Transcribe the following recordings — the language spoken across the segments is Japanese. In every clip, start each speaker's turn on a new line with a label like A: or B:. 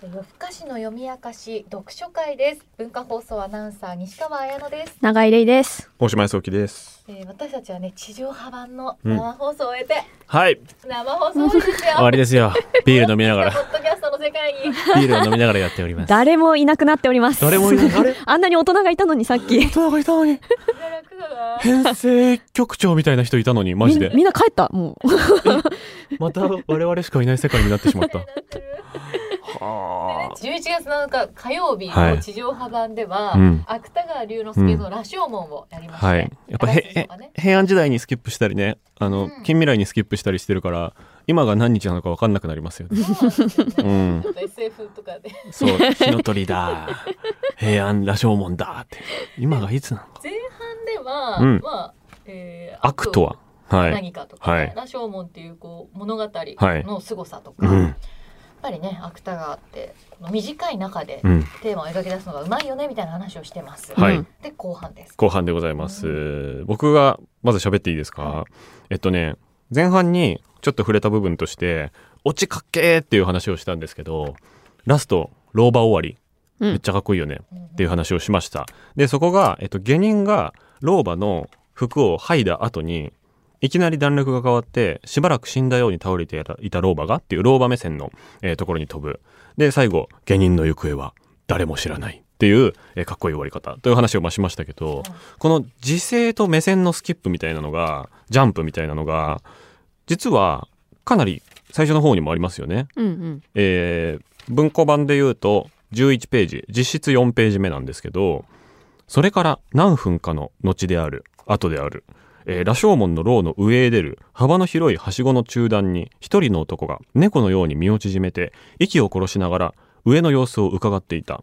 A: と夜更かしの読み明かし読書会です文化放送アナウンサー西川彩乃です、
B: 長井玲です。
C: 大島康之です。
A: えー、私たちはね地上波版の生放送を終えて、
C: はい、
A: 生放送終わりですよ
C: 終わりですよ。ビール飲みなが
A: ポ
C: ら、
A: ッドキャストの世界に
C: ビールを飲みながらやっております。
B: 誰もいなくなっております。
C: 誰もいない。あれ
B: あんなに大人がいたのにさっき。
C: 人がいたのに、
A: 楽だな
C: 編成局長みたいな人いたのに、マジで
B: み。みんな帰った。もう。
C: また我々しかいない世界になってしまった。
A: 11
C: は
A: 月7日火曜日
C: は
A: の
C: い
A: 地上波版では、
C: うん
A: 芥川龍之介の羅生門をやりました
C: はい
A: ね、。
C: やっぱ
A: あらすじ
C: へ
A: とかね、
C: 平安時代にスキップしたりね、あ
A: う
C: の
A: ん、
C: 近未来にスキップしたりしてるから、今が何日なのか分かんなくなりますよね。
A: そうなんですよね
C: うん
A: ちょっと SF とかで
C: そう、火の鳥だ。 平安羅生門だって。今がいつなのか。
A: 前半では、
C: うん
A: まあ、えー
C: 悪とは。はい。
A: 何かとか、ね
C: はい
A: 羅生門っていうこう物語
C: はい
A: の凄さとか、
C: う
A: やっ
C: ん。
A: ぱりね芥川ってこの短い中で
C: うん。
A: テーマを描き出すのがうまいよねみたいな話をしてます。
C: は
B: う
C: い
B: ん。
A: で後半です。
C: 後半でございます。僕がまず喋っていいですかえっとね、前半にちょっと触れた部分として、落ちかっけーっていう話をしたんですけど、ラスト、老婆終わり。
B: うん
C: めっちゃかっこいいよね。
A: うん
C: っていう話をしました。で、そこが、えっと、下人が老婆の服を剥いだ後に、いきなり段落が変わって、しばらく死んだように倒れていた老婆がっていう老婆目線の、えーところに飛ぶ。で、最後、下人の行方は誰も知らないっていう、えーかっこいい終わり方という話をまあしましたけど、この時勢と目線のスキップみたいなのが、ジャンプみたいなのが、実はかなり最初の方にもありますよね。
B: うんうん。
C: えー文庫版で言うと11ページ実質4ページ目なんですけどそれから何分かの後である後である、えー、羅生門の牢の上へ出る幅の広いはしごの中段に一人の男が猫のように身を縮めて息を殺しながら上の様子を伺っていた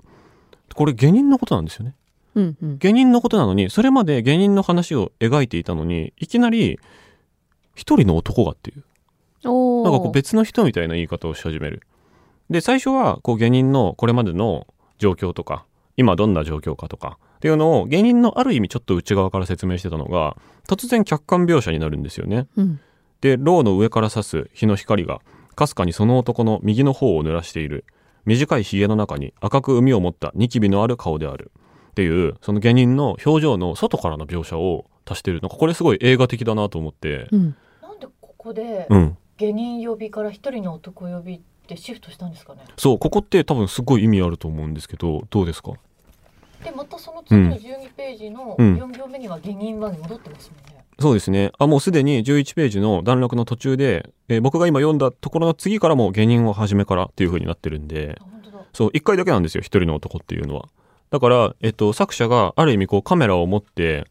C: これ下人のことなんですよね
B: うんうん。
C: 下人のことなのにそれまで下人の話を描いていたのにいきなり一人の男がっていう
B: おお。
C: なんかこう別の人みたいな言い方をし始める。で最初はこう芸人のこれまでの状況とか今どんな状況かとかっていうのを芸人のある意味ちょっと内側から説明してたのが突然客観描写になるんですよね。
B: うん。
C: で牢の上から差す日の光がかすかにその男の右の方を濡らしている短いひげの中に赤く海を持ったニキビのある顔であるっていうその芸人の表情の外からの描写を足してるなんかこれすごい映画的だなと思って。
B: うん。
A: なんでここで
C: うん
A: 下人呼びから一人の男呼びってシフトしたんですかね。
C: そう、ここって多分すごい意味あると思うんですけど、どうですか
A: でまたその次の12ページの
C: うん
A: 4行目には下人まで戻ってますもんね。
C: そうですね。あ、もうすでに11ページの段落の途中で、えー僕が今読んだところの次からも下人を始めからっていう風になってるんで、
A: あ本当だ。
C: そう、1回だけなんですよ、一人の男っていうのは。だから、えっと、作者がある意味こうカメラを持って、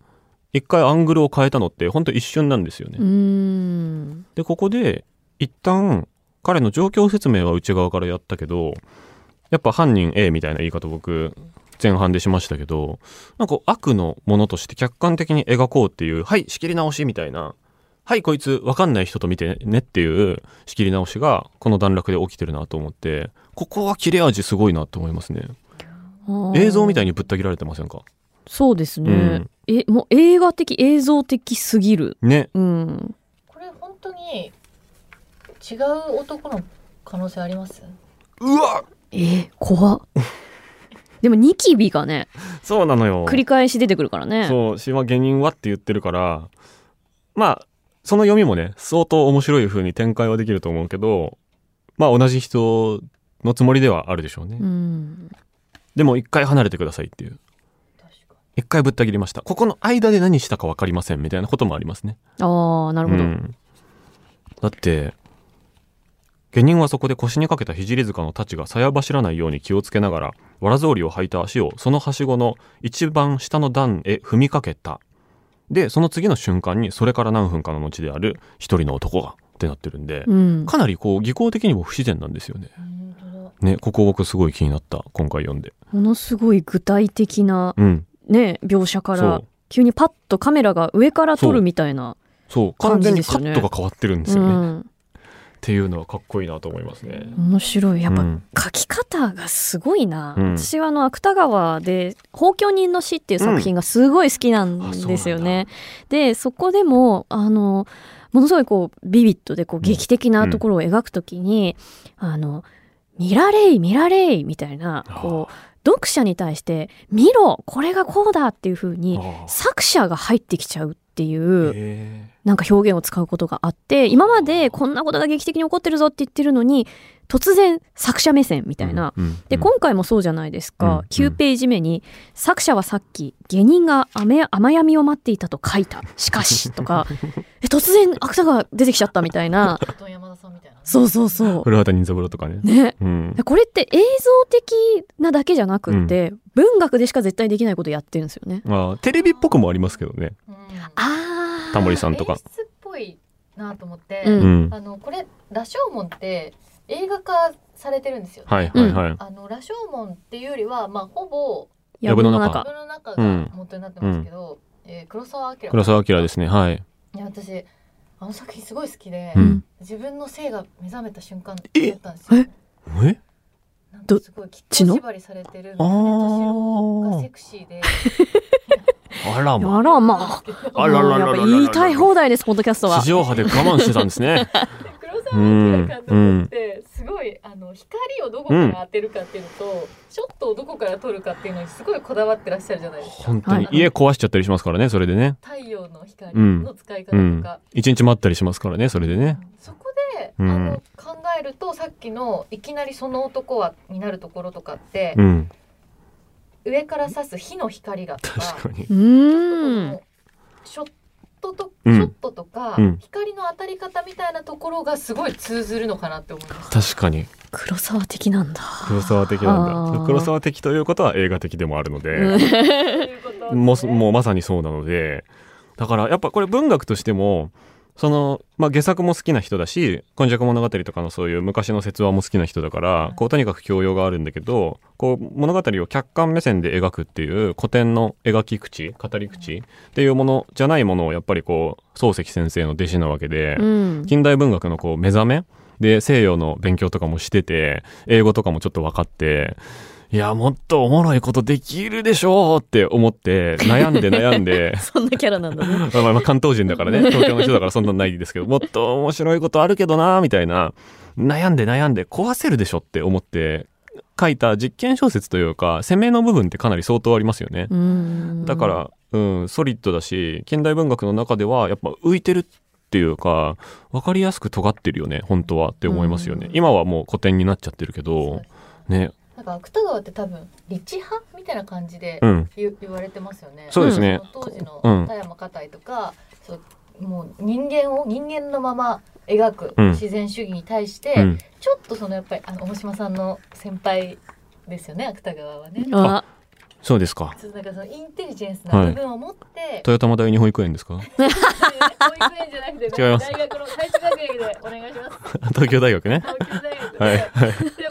C: 一回アングルを変えたのって、ほんと一瞬なんですよね
B: う。ーん。
C: でここで一旦彼の状況説明は内側からやったけどやっぱ犯人 A みたいな言い方僕前半でしましたけどなんか悪のものとして客観的に描こうっていうはい仕切り直しみたいなはいこいつ分かんない人と見てねっていう仕切り直しがこの段落で起きてるなと思ってここは切れ味すごいなと思いますね映像みたい
B: に。
C: にぶった切られてませんか
B: そうですね。
C: うん
B: え、もう映画的、映像的すぎる。
C: ね
B: うん。
A: これ本当に違う男の可能性あります。
C: うわ
B: えー、怖 っ。でもニキビがね、
C: そうなのよ
B: 繰り返し出てくるからね。
C: そう島下人はって言ってるからまあその読みもね相当面白い風に展開はできると思うけどまあ同じ人のつもりではあるでしょうね、
B: うん。
C: でも一回離れてくださいっていう
A: 確か
C: 一回ぶった切りましたここの間で何したか分かりませんみたいなこともありますね
B: ああ、なるほど。
C: うん、だって下人はそこで腰にかけた聖塚の太刀がさや走らないように気をつけながらわらぞうりを履いた足をそのはしごの一番下の段へ踏みかけたでその次の瞬間にそれから何分かの後である一人の男がってなってるんで
B: うん。
C: かなりこう技巧的にも不自然なんですよね。
A: に。本 当だ。
C: ねここ僕すごい気になった今回読んで。
B: ものすごい具体的な、
C: うん、
B: ね、描写か
C: そ
B: ら
C: う
B: 急にパッとカメラが上から撮るみたいな。
C: そう完全にカットが変わってるんですよ
B: う
C: ね。
B: ん、
C: っていうのはかっこいいなと思いますね。
B: 面白いやっぱ、
C: うん
B: 書き方がすごいな、
C: うん
B: 私はあの芥川で「宝鏡人の死」っていう作品がすごい好きなんですよね。でそこでもあのものすごいこうビビッドでこう劇的なところを描くときに、あの見られい見られいみたいなこう読者に対して見ろこれがこうだっていう風に
C: あ
B: 作者が入ってきちゃうっていう
C: へ
B: なんか表現を使うことがあって今までこんなことが劇的に起こってるぞって言ってるのに突然作者目線み
C: え
B: たいな、
C: うんうん
B: で今回もそうじゃないです
C: うんう
B: か、
C: ん
B: 9ページ目に「作者はさっき下人が雨雨闇を待っていたと書いたしかし」と か「え突然芥川出てきちゃった」みたいな
A: と山田さんみたいなね、
B: そうそうそ
C: 古畑任三郎とかね
B: う。ね
C: うん、
B: これって映像的なだけじゃなくって、文学でしか絶対できないことやってるんですよね。
C: まあテレビっぽくもありますけどね。
A: うん。
B: あー
C: タモリさんとか
A: 演出っぽいなと思って、
B: うん
C: うん。
A: あのこれ羅生門って映画化されてるんですよね。
C: はいはいはい。
A: あの羅生門っていうよりはまあほぼ
B: やぶの
C: やぶの
B: 中
A: 自分の中が元になってますけど、えー黒澤明。
C: 黒澤明ですね。はい。
A: いや私あの作品すごい好きで、
C: うん
A: 自分の性が目覚めた瞬間だ
C: え
A: ったんですよ。
C: え？
A: なんかすごいきっと縛りされてるんですね。敏郎がセクシーで。
C: あらま。
B: あ らまあ
C: あららららら
B: やっぱ言いたい放題ですポッドキャストは
C: 地。上波で我慢してたんですね。
A: 黒沢明監督ってすごい、あの光をどこから当てるかっていうのと、ショットをどこから撮るかっていうのにすごいこだわってらっしゃるじゃないですか
C: 本当に
A: はい
C: 家壊しちゃったりしますからね。それでね。
A: 太陽の光
C: うん
A: の使い方
C: う
A: と
C: ん
A: か、。
C: 一日待ったりしますからね。それでね。
A: そこで、
C: うん
A: あの考えるとさっきのいきなりその男はになるところとかって
C: う、ん。
A: 上から差す火の光がとか
C: 確かに。
B: うーん
A: ショットとシ
C: うん
A: ョットとか、
C: うん
A: 光の当たり方みたいなところがすごい通ずるのかなって思いました。
C: 確かに
B: 黒沢的なんだ。
C: 黒沢的なん
B: あー
C: だ。黒沢的ということは映画的でもあるので。
A: ということですね
C: もうもうまさにそうなのでだからやっぱこれ文学としてもその、まあ、下作も好きな人だし「今昔物語」とかのそういう昔の説話も好きな人だからこうとにかく教養があるんだけどこう物語を客観目線で描くっていう古典の描き口語り口っていうものじゃないものをやっぱりこう漱石先生の弟子なわけで。
B: うん
C: 近代文学のこう目覚めで西洋の勉強とかもしてて英語とかもちょっと分かっていやもっとおもろいことできるでしょうって思って悩んで悩んで
B: そんなキャラなんだね。
C: まあまあまあ関東人だからね東京の人だからそんなんないですけどもっと面白いことあるけどなみたいな悩んで悩んで壊せるでしょって思って書いた実験小説というか攻めの部分ってかなり相当ありますよね。
B: うん
C: だから、うん、ソリッドだし近代文学の中ではやっぱ浮いてるっていうか分かりやすく尖ってるよね本当はって思いますよね、
A: うん
C: 今はもう古典になっちゃってるけ
A: そう
C: ど
A: です
C: ね
A: なんか芥川って多分立地派みたいな感じで
C: うん
A: 言,、言われてますよね。
C: そうですね
A: その当時
C: うん
A: の田山花帯とか、そうもう人間を人間のまま描く
C: うん
A: 自然主義に対して、
C: うん
A: ちょっとそのやっぱりあの大島さんの先輩ですよね芥川はね。
B: あ
C: そうですか
A: そうなんかそのインテリジェンスな部分を持って、
C: 豊玉第二保育園ですか
A: 保育園じゃなくて
C: 違い
A: 大
C: ます
A: 学の体育学園でお願いします。
C: 東京大 学ね
A: 東京大学で、
C: は い
A: やっぱ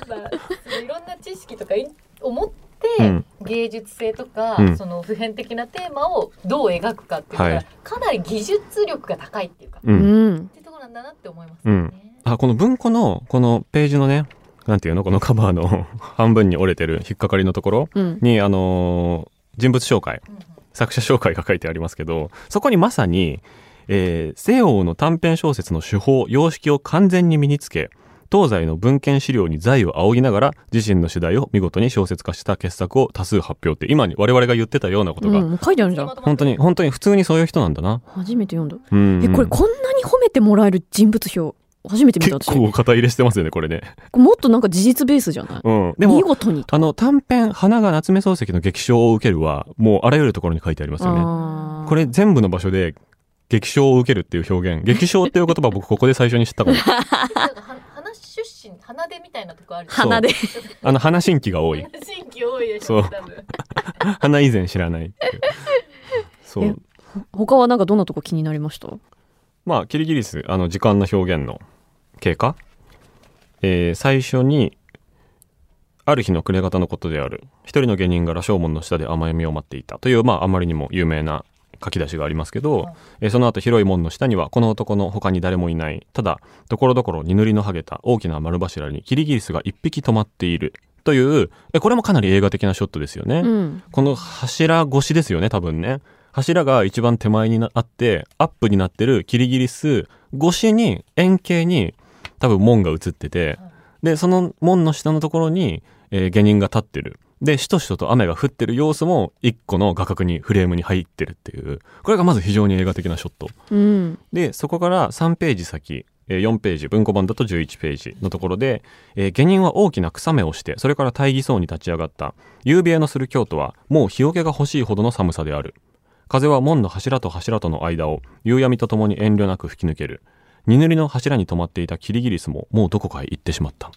A: そのいろんな知識とかいを持って、
C: うん
A: 芸術性とか、
C: うん
A: その普遍的なテーマをどう描くかっていうか、
C: はい
A: かなり技術力が高いっていうか、
C: う
B: うんん。
A: っていうところなんだなって思いますよね。
C: あこの文庫のこのページのねなんていうのこのカバーの 半分に折れてる引っかかりのところ
B: うん。
C: にあのー人物紹介
A: うんうん
C: 作者紹介が書いてありますけどそこにまさに、えー西洋の短編小説の手法様式を完全に身につけ東西の文献資料に財を仰ぎながら自身の主題を見事に小説化した傑作を多数発表って今に我々が言ってたようなことが、
B: うん、書いてあるじゃん。
C: 本当に本当に普通にそういう人なんだな。
B: 初めて読んだ。
C: うん
B: え、これこんなに褒めてもらえる人物表、初めて見
C: 結
B: た私。
C: 構肩入れしてますよねこれね。
B: もっとなんか事実ベースじゃない
C: うん、で
B: 見
C: も
B: 事にと。
C: あの短編「花が夏目漱石の激賞を受ける」はもうあらゆるところに書いてありますよね。
B: あー
C: これ全部の場所で激賞を受けるっていう表現激賞っていう言葉僕ここで最初に知ったかも
A: なんかは花出身花出みたいなとこあるじゃん
B: 鼻で。
C: あの、花新規が多い。
A: 花新規多いでし
C: そ
A: ょ
C: う
A: 多分。
C: 花以前知らないっていう。そ
B: え
C: う。
B: 他はなんかどんなとこ気になりました
C: まあ、キリギリス、あの、時間の表現の経過。えー最初に、ある日の暮れ方のことである。一人の芸人が羅生門の下で甘みを待っていた。という、まあ、あまりにも有名な書き出しがありますけど、えーその後広い門の下には、この男の他に誰もいない。ただ、ところどころに塗りの剥げた大きな丸柱にキリギリスが一匹止まっている。という、えこれもかなり映画的なショットですよね。
B: うん。
C: この柱越しですよね多分ね柱が一番手前になあってアップになってるキリギリス越しに円形に多分門が映っててで、その門の下のところに、えー、下人が立ってる。で、しとしとと雨が降ってる様子も、一個の画角に、フレームに入ってるっていう。これがまず非常に映画的なショット。
B: うん。
C: で、そこから3ページ先、えー4ページ、文庫版だと11ページのところで、えー下人は大きな草芽をして、それから大義そうに立ち上がった。夕べのする京都は、もう日よけが欲しいほどの寒さである。風は門の柱と柱との間を、夕闇とともに遠慮なく吹き抜ける。二塗りの柱に止まっていたキリギリスも、もうどこかへ行ってしまった。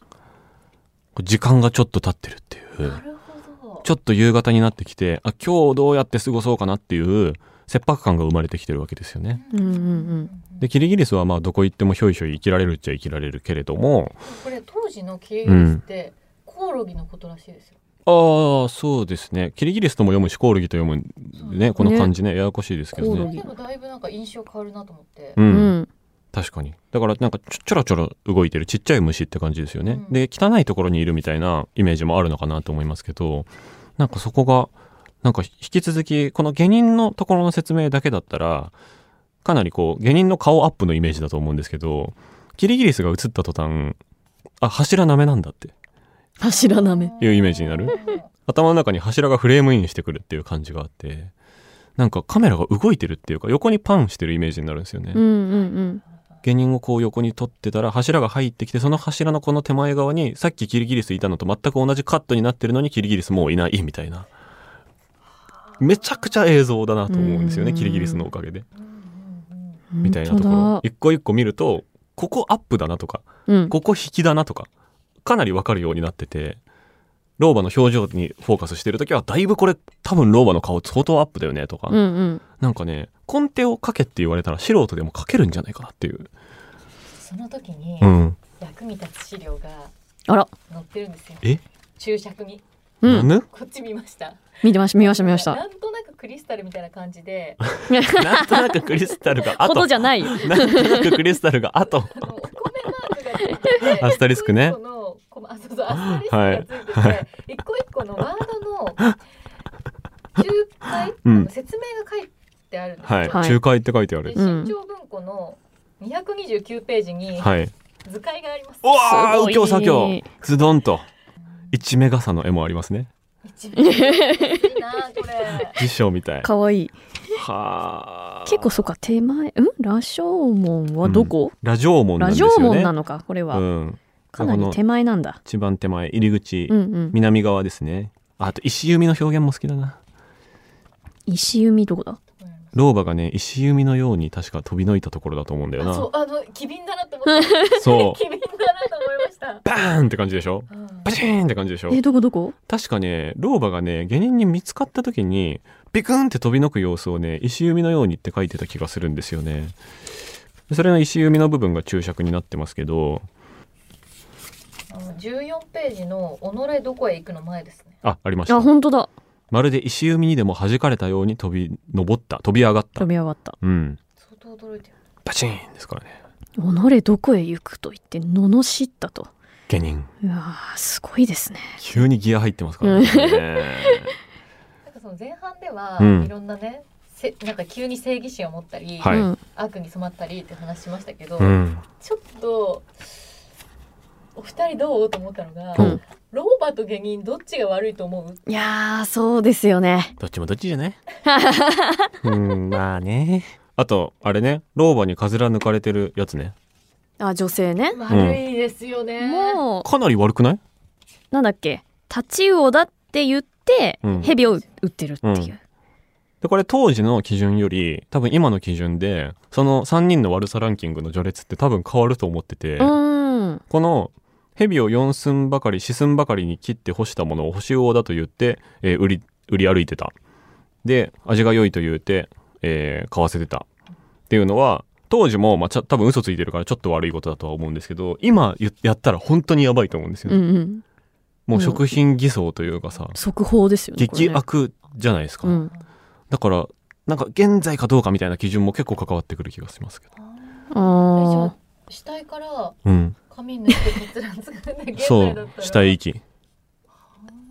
C: これ時間がちょっと経ってるっていう
A: な。るほど。
C: ちょっと夕方になってきて、あ、今日どうやって過ごそうかなっていう、切迫感が生まれてきてるわけですよね。
B: うんうんうん。
C: でキリギリスはまあどこ行ってもひょいひょい生きられるっちゃ生きられるけれども
A: これ当時のキリギリスって、コオロギのことらしいですよ。
C: ああそうですねキリギリスとも読むしコオロギと読むんでねこの感じねややこしいですけど
B: コオ
A: そ
B: ロ
A: れ
C: ね
B: ギ
A: でもだいぶなんか印象変わるなと思って。
C: う
B: うんん。
C: 確かにだからなんかちょちょろちょろ動いてるちっちゃい虫って感じですよね、
A: うん
C: で汚いところにいるみたいなイメージもあるのかなと思いますけどなんかそこがなんか引き続きこの下人のところの説明だけだったらかなりこう下人の顔アップのイメージだと思うんですけどキリギリスが映った途端あ柱なめなんだって
B: 柱なめ。
C: いうイメージになる頭の中に柱がフレームインしてくるっていう感じがあってなんかカメラが動いてるっていうか横にパンしてるイメージになるんですよね、
B: うんうんうん。
C: 下人をこう横に取ってたら柱が入ってきてその柱のこの手前側にさっきキリギリスいたのと全く同じカットになってるのにキリギリスもういないみたいなめちゃくちゃ映像だなと思うんですよね
B: うん
C: キリギリスのおかげで
A: うんうん
C: みたいなところ
B: 本
C: 一個一個見るとここアップだなとか
B: 当だうん。
C: ここ引きだなとか、かなりわかるようになってて、老婆の表情にフォーカスしてるときは、だいぶこれ多分老婆の顔相当アップだよねとか、
B: うんうん。
C: なんかね、根底を書けって言われたら素人でも書けるんじゃないかなっていう。
A: その時に
C: ん。
A: 役に立つ資料が
B: あら。
A: 載ってるんですよ。
C: え
A: 注釈に
B: う。
C: なんぬ
A: こっち見ました。
B: 見てました、見ました、見ました。
A: なんとなくクリスタルみたいな感じ で、
C: なんとなくクリスタルが
B: こと
C: 後。
B: じゃないよ。
C: なんと なくクリスタルが後。
A: あのお米マークがついてて、
C: アスタリスクね
A: 一個一個のこのあそうそうアスタリスクがついてて、一個一個のワードの仲介、
C: うん
A: あの説明が書いてあるんですよ。
C: はい。
B: はい
C: 仲介って書いてある
A: で。
B: うん
A: 新潮文庫の229ページに
C: はい。
A: 図解があります。
C: うわ
B: す
C: ー
B: ごい
C: 右京左京ズドンと。一メガサの絵もありますね。
A: 一番いいなこれ。
C: 辞書みたい。
B: かわいい。
C: はあ。
B: 結構そうか、手前、ん羅生門はどこ
C: ラジオ門なん
B: 羅
C: です
B: 生
C: よね。
B: 門なのか、これは。
C: うん。
B: かなり手前なんだ。
C: 一番手前入り口、
B: うんうん。
C: 南側ですねあと石弓の表現も好きだな
B: 石弓どこだ
C: 老婆がね石弓のように確か飛び抜いたところだと思うんだよ
A: あ
C: な
A: そう
C: そ
A: あの機敏だなと思って。
C: う
A: 機敏だなと思いました。
C: バーンって感じでしょ
A: うん
C: バチーンって感じでしょ
B: え、どこどこ
C: 確かね老婆がね下人に見つかった時にビクンって飛び抜く様子をね石弓のようにって書いてた気がするんですよねそれの石弓の部分が注釈になってますけど
A: あの14ページの「己どこへ行く」の前ですね。
C: あありまし
B: あ、
C: た
B: 本当だ。
C: まるで石弓にでも弾かれたように飛び登った飛び上がった
B: 飛び上がった。
C: うん
A: 相当驚いてる。
C: バチーンですからね
B: 己どこへ行くと言って、罵ったと。
C: 下人
B: うわーすごいですね。
C: 急にギア入ってますからね。
A: なんかその前半では、
C: うん
A: いろんなねせなんか急に正義心を持ったり、
C: はい
B: うん、
A: 悪に染まったりって話しましたけど、
C: うん、
A: ちょっとお二人どうと思ったのが、
C: うん
A: 老婆と下人どっちが悪いと思う
B: いやー、そうですよね。
C: どっちもどっちじゃない うん、まあね。あと、あれね、老婆にかずら抜かれてるやつね。
B: あ、女性ね。
A: 悪いですよね。
B: もう、
C: かなり悪くない
B: なんだっけ、タチウオだって言って
C: うん、
B: 蛇を売ってるっていう。
C: で、これ当時の基準より、多分今の基準で、その3人の悪さランキングの序列って多分変わると思ってて、
B: うん。
C: この、蛇を4寸ばかり、4寸ばかりに切って干したものを干し魚だと言って、えー売り、売り歩いてた。で、味が良いと言うて、えー買わせてた。っていうのは、当時も、まあ、ちゃ多分嘘ついてるからちょっと悪いことだとは思うんですけど、今言やったら本当にやばいと思うんですよ
B: う
C: ね。
B: んうん。
C: もう食品偽装というかさ、
B: 速報ですよね。これ
C: 激
B: ね
C: 悪じゃないですか。
B: うん。
C: だから、なんか現在かどうかみたいな基準も結構関わってくる気がしますけど。
B: あ
A: 死体から
C: うん。
A: 髪抜いて滑落するね現
C: そ
A: 代だ
C: う
A: っ。たら
C: 死体遺棄、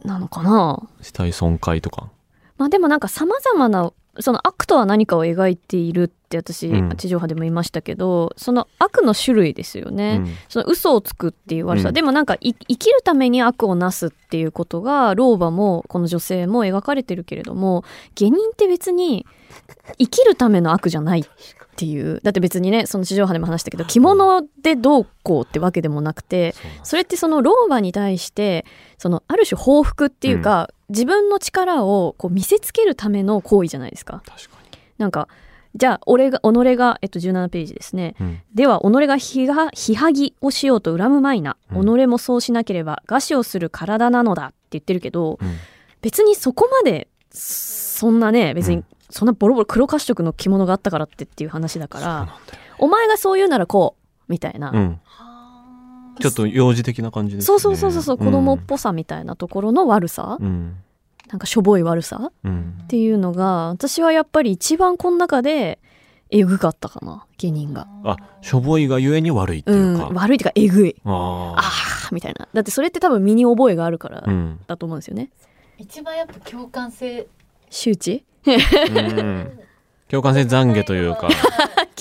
B: ーなのかな
C: 死体損壊とか。
B: まあでもなんかさまざまなその悪とは何かを描いているって私、
C: うん
B: 地上波でも言いましたけどその悪の種類ですよね、
C: うん
B: その嘘をつくっていう悪さ、
C: うん
B: でもなんかい生きるために悪をなすっていうことが老婆もこの女性も描かれてるけれども下人って別に生きるための悪じゃないっていうだって別にねその地上波でも話したけど着物でどうこうってわけでもなくて
C: そうなんです
B: それってその老婆に対してそのある種報復っていうか、自分の力をこう見せつけるための行為じゃないですか。
C: 確か
B: なんかじゃあ俺が己が、えっと、17ページですね、
C: に、うん
B: では己がひがひはぎをしようと恨むまいな、
C: うん
B: 己もそうしなければ餓死をする体なのだって言ってるけど
C: うん
B: 別にそこまでそんなね別に
C: うん
B: そんなボロボロ黒褐色の着物があったからってっていう話だか
C: そうなん
B: ら
C: だよ
B: お前がそう言うならこうみたいな、
C: うん、
A: は
C: ちょっと幼児的な感じですね
B: そうそうそうそうそう子供っぽさみたいなところの悪さ、
C: うん
B: なんかしょぼい悪さ
C: うんうん
B: っていうのが私はやっぱり一番この中でえぐかったかな芸人が。
C: あしょぼいがゆえに悪いって
B: う
C: いうんか、あ
B: 悪いというかえぐい
C: あ
B: あーみたいなだってそれって多分身に覚えがあるから
C: うん
B: だと思うんですよね、
A: 一番やっぱ共感性
B: 周知
C: うん共感性懺悔というか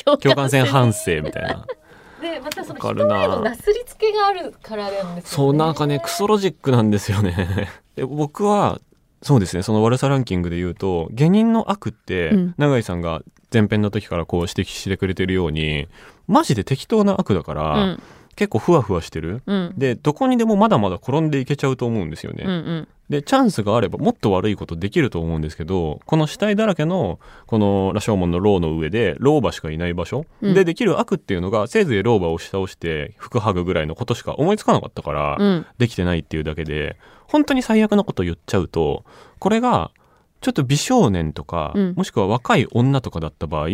B: 共
C: 共感性反省みたいな
A: でまたその
C: わか
A: 人
C: るな
A: へのなすりつけがあるからなんです
C: そうなんかねクソロジックなんですよね で僕はそうですねその悪さランキングで言うと下人の悪って
B: うん
C: 永井さんが前編の時からこう指摘してくれてるようにマジで適当な悪だか
B: う
C: ら、
B: ん
C: 結構ふわふわしてる
B: うん
C: でどこにでもまだまだ転んでいけちゃうと思うんですよね、
B: うんうん
C: でチャンスがあればもっと悪いことできると思うんですけどこの死体だらけのこの羅生門の牢の上で老婆しかいない場所、
B: うん
C: でできる悪っていうのがせいぜい老婆を押し倒して服はぐぐらいのことしか思いつかなかったから、
B: うん
C: できてないっていうだけで本当に最悪なこと言っちゃうとこれがちょっと美少年とか、
B: うん
C: もしくは若い女とかだった場合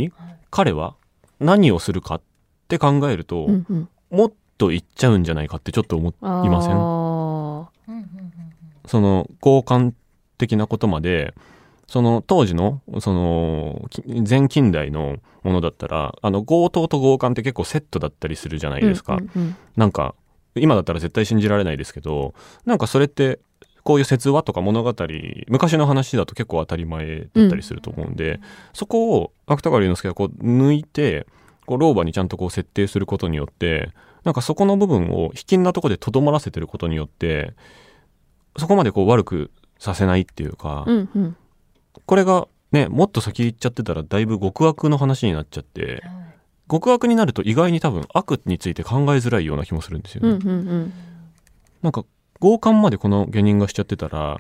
C: 彼は何をするかって考えると、
B: うんうん
C: もっと言っちゃうんじゃないかってちょっと思っ
B: あ
C: いません
B: ん
A: うんうんうん
C: その強姦的なことまでその当時のそのき前近代のものだったらあの強盗と強姦って結構セットだったりするじゃないです
B: う
C: か、
B: んうんうん
C: なんか今だったら絶対信じられないですけどなんかそれってこういう説話とか物語昔の話だと結構当たり前だったりすると思うんで、そこを芥川龍之介がこう抜いてこう老婆にちゃんとこう設定することによってなんかそこの部分を卑近なとこでとどまらせてることによってそこまでこう悪くさせないっていうか、
B: うんうん
C: これがねもっと先行っちゃってたらだいぶ極悪の話になっちゃって
A: はい
C: 極悪になると意外に多分悪について考えづらいような気もするんですよ
B: う
C: ね。
B: んうんうん
C: なんか強姦までこの下人がしちゃってたら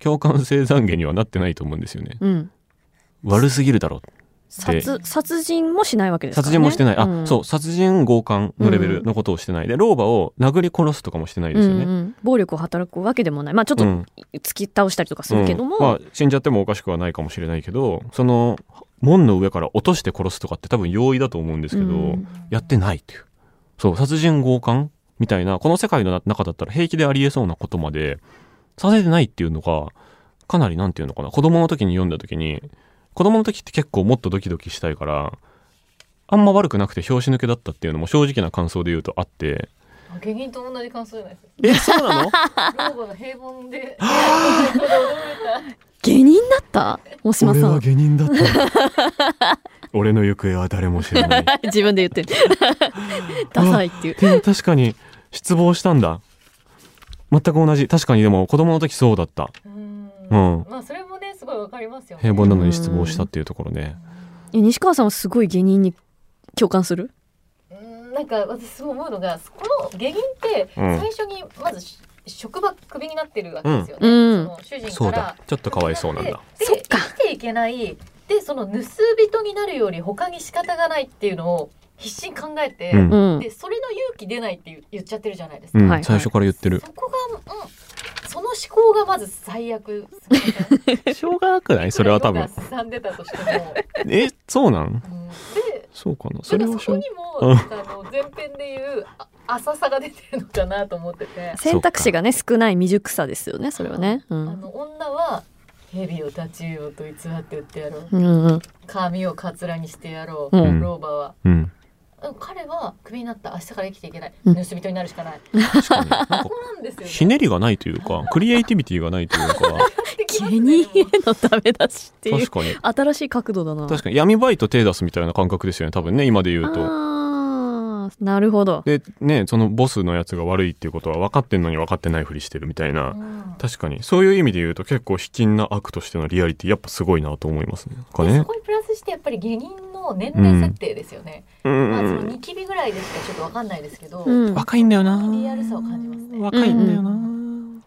C: 共感性懺悔にはなってないと思うんですよね
B: うん
C: 悪すぎるだろ
B: 殺殺人もしないわけですから
C: 殺
B: ね
C: 人もしてない、あそうう殺人強姦のレベルのことをしてない、で老婆を殴り殺すとかもしてない
B: ん
C: ですよ
B: うん
C: ね、
B: うん暴力を働くわけでもないまあちょっと
C: うん
B: 突き倒したりとかするけども、
C: うんまあ、死んじゃってもおかしくはないかもしれないけどその門の上から落として殺すとかって多分容易だと思うんですけど、
B: うん
C: やってないっていうそう殺人強姦みたいなこの世界の中だったら平気でありえそうなことまでさせてないっていうのがかなりなんていうのかな子供の時に読んだ時に子供の時って結構もっとドキドキしたいからあんま悪くなくて拍子抜けだったっていうのも正直な感想で言うとあって
A: あ下品と同じ感想じゃない です
C: えそうな の
A: か老婆が平凡で驚いた
B: 下人だった大島さん
C: 下人だった 俺の行方は誰も知らない
B: 自分で言っ てるダサいっていう
C: でも確かに失望したんだ全く同じ確かにでも子供の時そうだった
A: うーん
C: うん
A: まあそれもねすごいわかりますよね。
C: 平凡なのに失望したっていうところね。
B: え西川さんはすごい下人に共感する
A: うーんなんか私すごい思うのがこの下銀って
C: うん
A: 最初にまずし職場クビになってるわけですよね。
B: うん
A: その主人から
C: そうだ。ちょっとかわいそうなんだ。
A: で
B: そっか
A: 生きていけないでその盗人になるより他に仕方がないっていうのを必死に考えて、
C: うん
B: うん
A: でそれの勇気出ないって言言っちゃってるじゃないですか。
C: うん、
B: はい
C: 最初から言ってる。
A: そこが、うん、その思考がまず最悪。
C: しょうがなくない それは多分
A: い。くら色がんでたとしても。
C: え、そうなん
A: うんで
C: そうかなそ
A: そ
C: れ
A: れ
C: を
A: も
C: し
A: そ
C: ょ
A: こ
C: う
A: にも、
C: うん
A: なんかあの前編でいうあ浅さが出てるのかなと思ってて、
B: 選択肢がね少ない未熟さですよねそれはねう
A: あ
B: ん
A: の女は蛇を立ちようと偽って売ってやろう
B: うんうん
A: 髪をカツラにしてやろう、
B: うん
A: 老婆は
C: うん。
A: うん彼はクビになった明日から生きていけない、
B: うん
A: 盗人になるしかない
C: 確かに。なんか
A: ここなんですよ
C: ひ
A: ね
C: ねりがないというか、クリエイティビティがないというか、
A: きます
B: 下
A: ね
B: 人へのダメ出しっていう
C: 確かに。
B: 新しい角度だな。
C: 確かに闇バイト手出すみたいな感覚ですよね、多分ね、今で言うと。
B: あーなるほど。
C: で、ね、そのボスのやつが悪いっていうことは分かってんのに分かってないふりしてるみたいな。
A: うん
C: 確かに。そういう意味で言うと結構卑近な悪としてのリアリティやっぱすごいなと思いますね。なんか
A: でそ
C: ね。
A: こにプラスしてやっぱり下人の年齢設定ですよね、
C: う
A: まあそ
C: ん
A: のニキビぐらいでしかちょっとわかんないですけど、
B: うん、
C: 若いんだよな
A: リアルさを感じますね
C: 若いんだよな、
B: う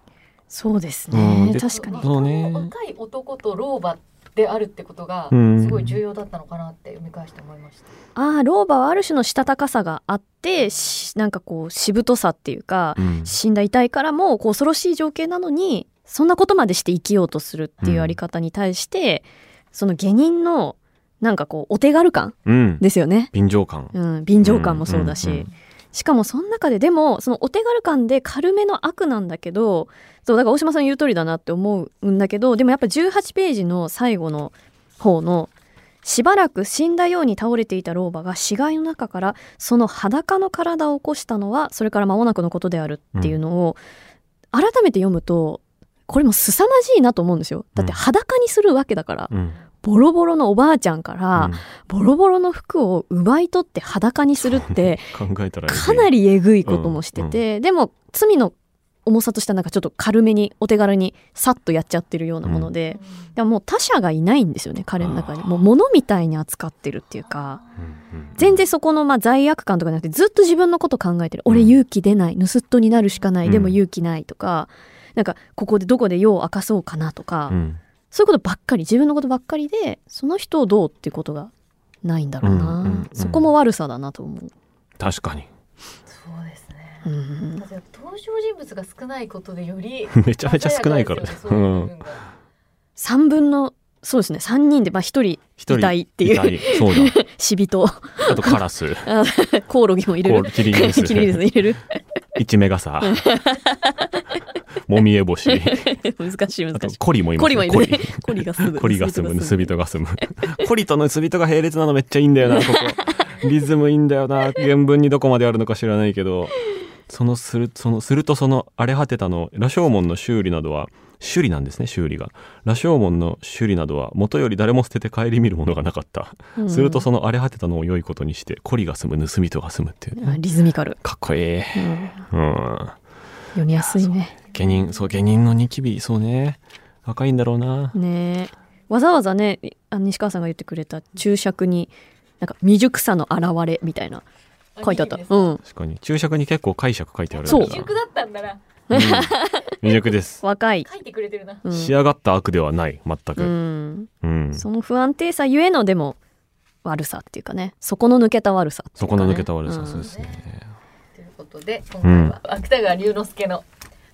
B: そうです
C: うん
B: ね。
C: で
B: 確かに。
C: そうね
A: 若い男と老婆であるってことが
C: うん
A: すごい重要だったのかなって読み返して思いました。
B: ああ、老婆はある種のしたたかさがあって、しなんかこう、しぶとさっていうか、
C: うん
B: 死んだ遺体からもこう恐ろしい情景なのにそんなことまでして生きようとするっていうあり方に対して、その下人のなんかこうお手軽感
C: うん
B: ですよね、
C: 便乗感
B: うん、便乗感もそうだし、
C: うんうんうん
B: しかもその中ででもそのお手軽感で軽めの悪なんだけどそうだから大島さん言う通りだなって思うんだけどでもやっぱ18ページの最後の方のしばらく死んだように倒れていた老婆が死骸の中からその裸の体を起こしたのはそれから間もなくのことであるっていうのを改めて読むとこれも凄まじいなと思うんですよだって
C: うん
B: 裸にするわけだから
C: うん
B: ボロボロのおばあちゃんからボロボロの服を奪い取って裸にするって
C: うん 考えたら
B: かな
C: り
B: りえぐいこともしてて、でも罪の重さとしてはなんかちょっと軽めにお手軽にさっとやっちゃってるようなもので、でももう他者がいないんですよね彼の中に
C: あー
B: もう物みたいに扱ってるっていうか全然そこのまあ罪悪感とかじゃなくてずっと自分のこと考えてる、
C: うん
B: 俺勇気出ない盗っ人になるしかないでも
C: うん
B: 勇気ないとか、なんかここでどこで用を明かそうかなとか、
C: うん
B: そういうことばっかり自分のことばっかりでその人をどうっていうことがないんだろうな、
C: うんうんうん
B: そこも悪さだなと思う。
C: 確かに
A: そうですね。
B: うん
A: だって登場人物が少ないことでより
C: めちゃめちゃ少ないからね
A: 鮮やかですよねそういう部分が
B: 3分のそうですね3人でまあ1人
C: 一人
B: 痛いっていう
C: 痛そうだ
B: 死人
C: あとカラス
B: コオロギも入れ
C: こ
B: る
C: うキリンで す
B: キリですね入れる
C: 一目 がさもみえ星
B: 難しい
C: あと
B: 難しい
C: コリもいま
B: コ
C: す
B: リもい
C: コ
B: る
C: リ
B: コリがすぐ
C: コリが住む
B: 盗
C: 盗
B: み
C: 人が住むコリと盗人が並列なのめっちゃいいんだよなこ こリズムいいんだよな原文にどこまであるのか知らないけどそのするそのするとその荒れ果てたの羅生門の修理などは修理なんですね修理が羅生門の修理などは元より誰も捨てて帰り見るものがなかった、
B: うん
C: するとその荒れ果てたのを良いことにしてコリが住む盗人が住むっていう
B: あリズミカル、
C: かっこいい
B: うん
C: うん
B: 読みやすいね
C: 下人そう下人のニキビそうね若いんだろうな
B: ねえわざわざねあ西川さんが言ってくれた注釈になんか未熟さの現れみたいな書いてあった
A: いいです
B: う
A: ね
B: ん
C: 確かに注釈に結構解釈書いてあるんだ
B: そう
A: 未熟だったんなら
C: うん未熟です。
B: 若い、
A: 書いてくれてるな。
B: うん
C: 仕上がった悪ではない、全
B: う
C: く。
B: ん、
C: うん。
B: その不安定さゆえのでも悪さっていうかねそこの抜けた悪さってい
C: そう
B: か
C: こ
B: ね、
C: の抜けた悪さ、そう
B: うん
C: ですね。
A: ということで今回は芥川龍之介の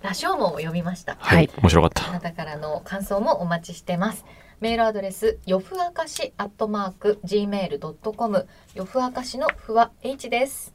A: 羅生門を読みました。
C: は
B: はい
C: い、面白かっ
A: あ
C: た。
A: なたからの感想もお待ちしてます。メールアドレス、よふあかしアットマーク、gmail.com、よふあかしのふは h です。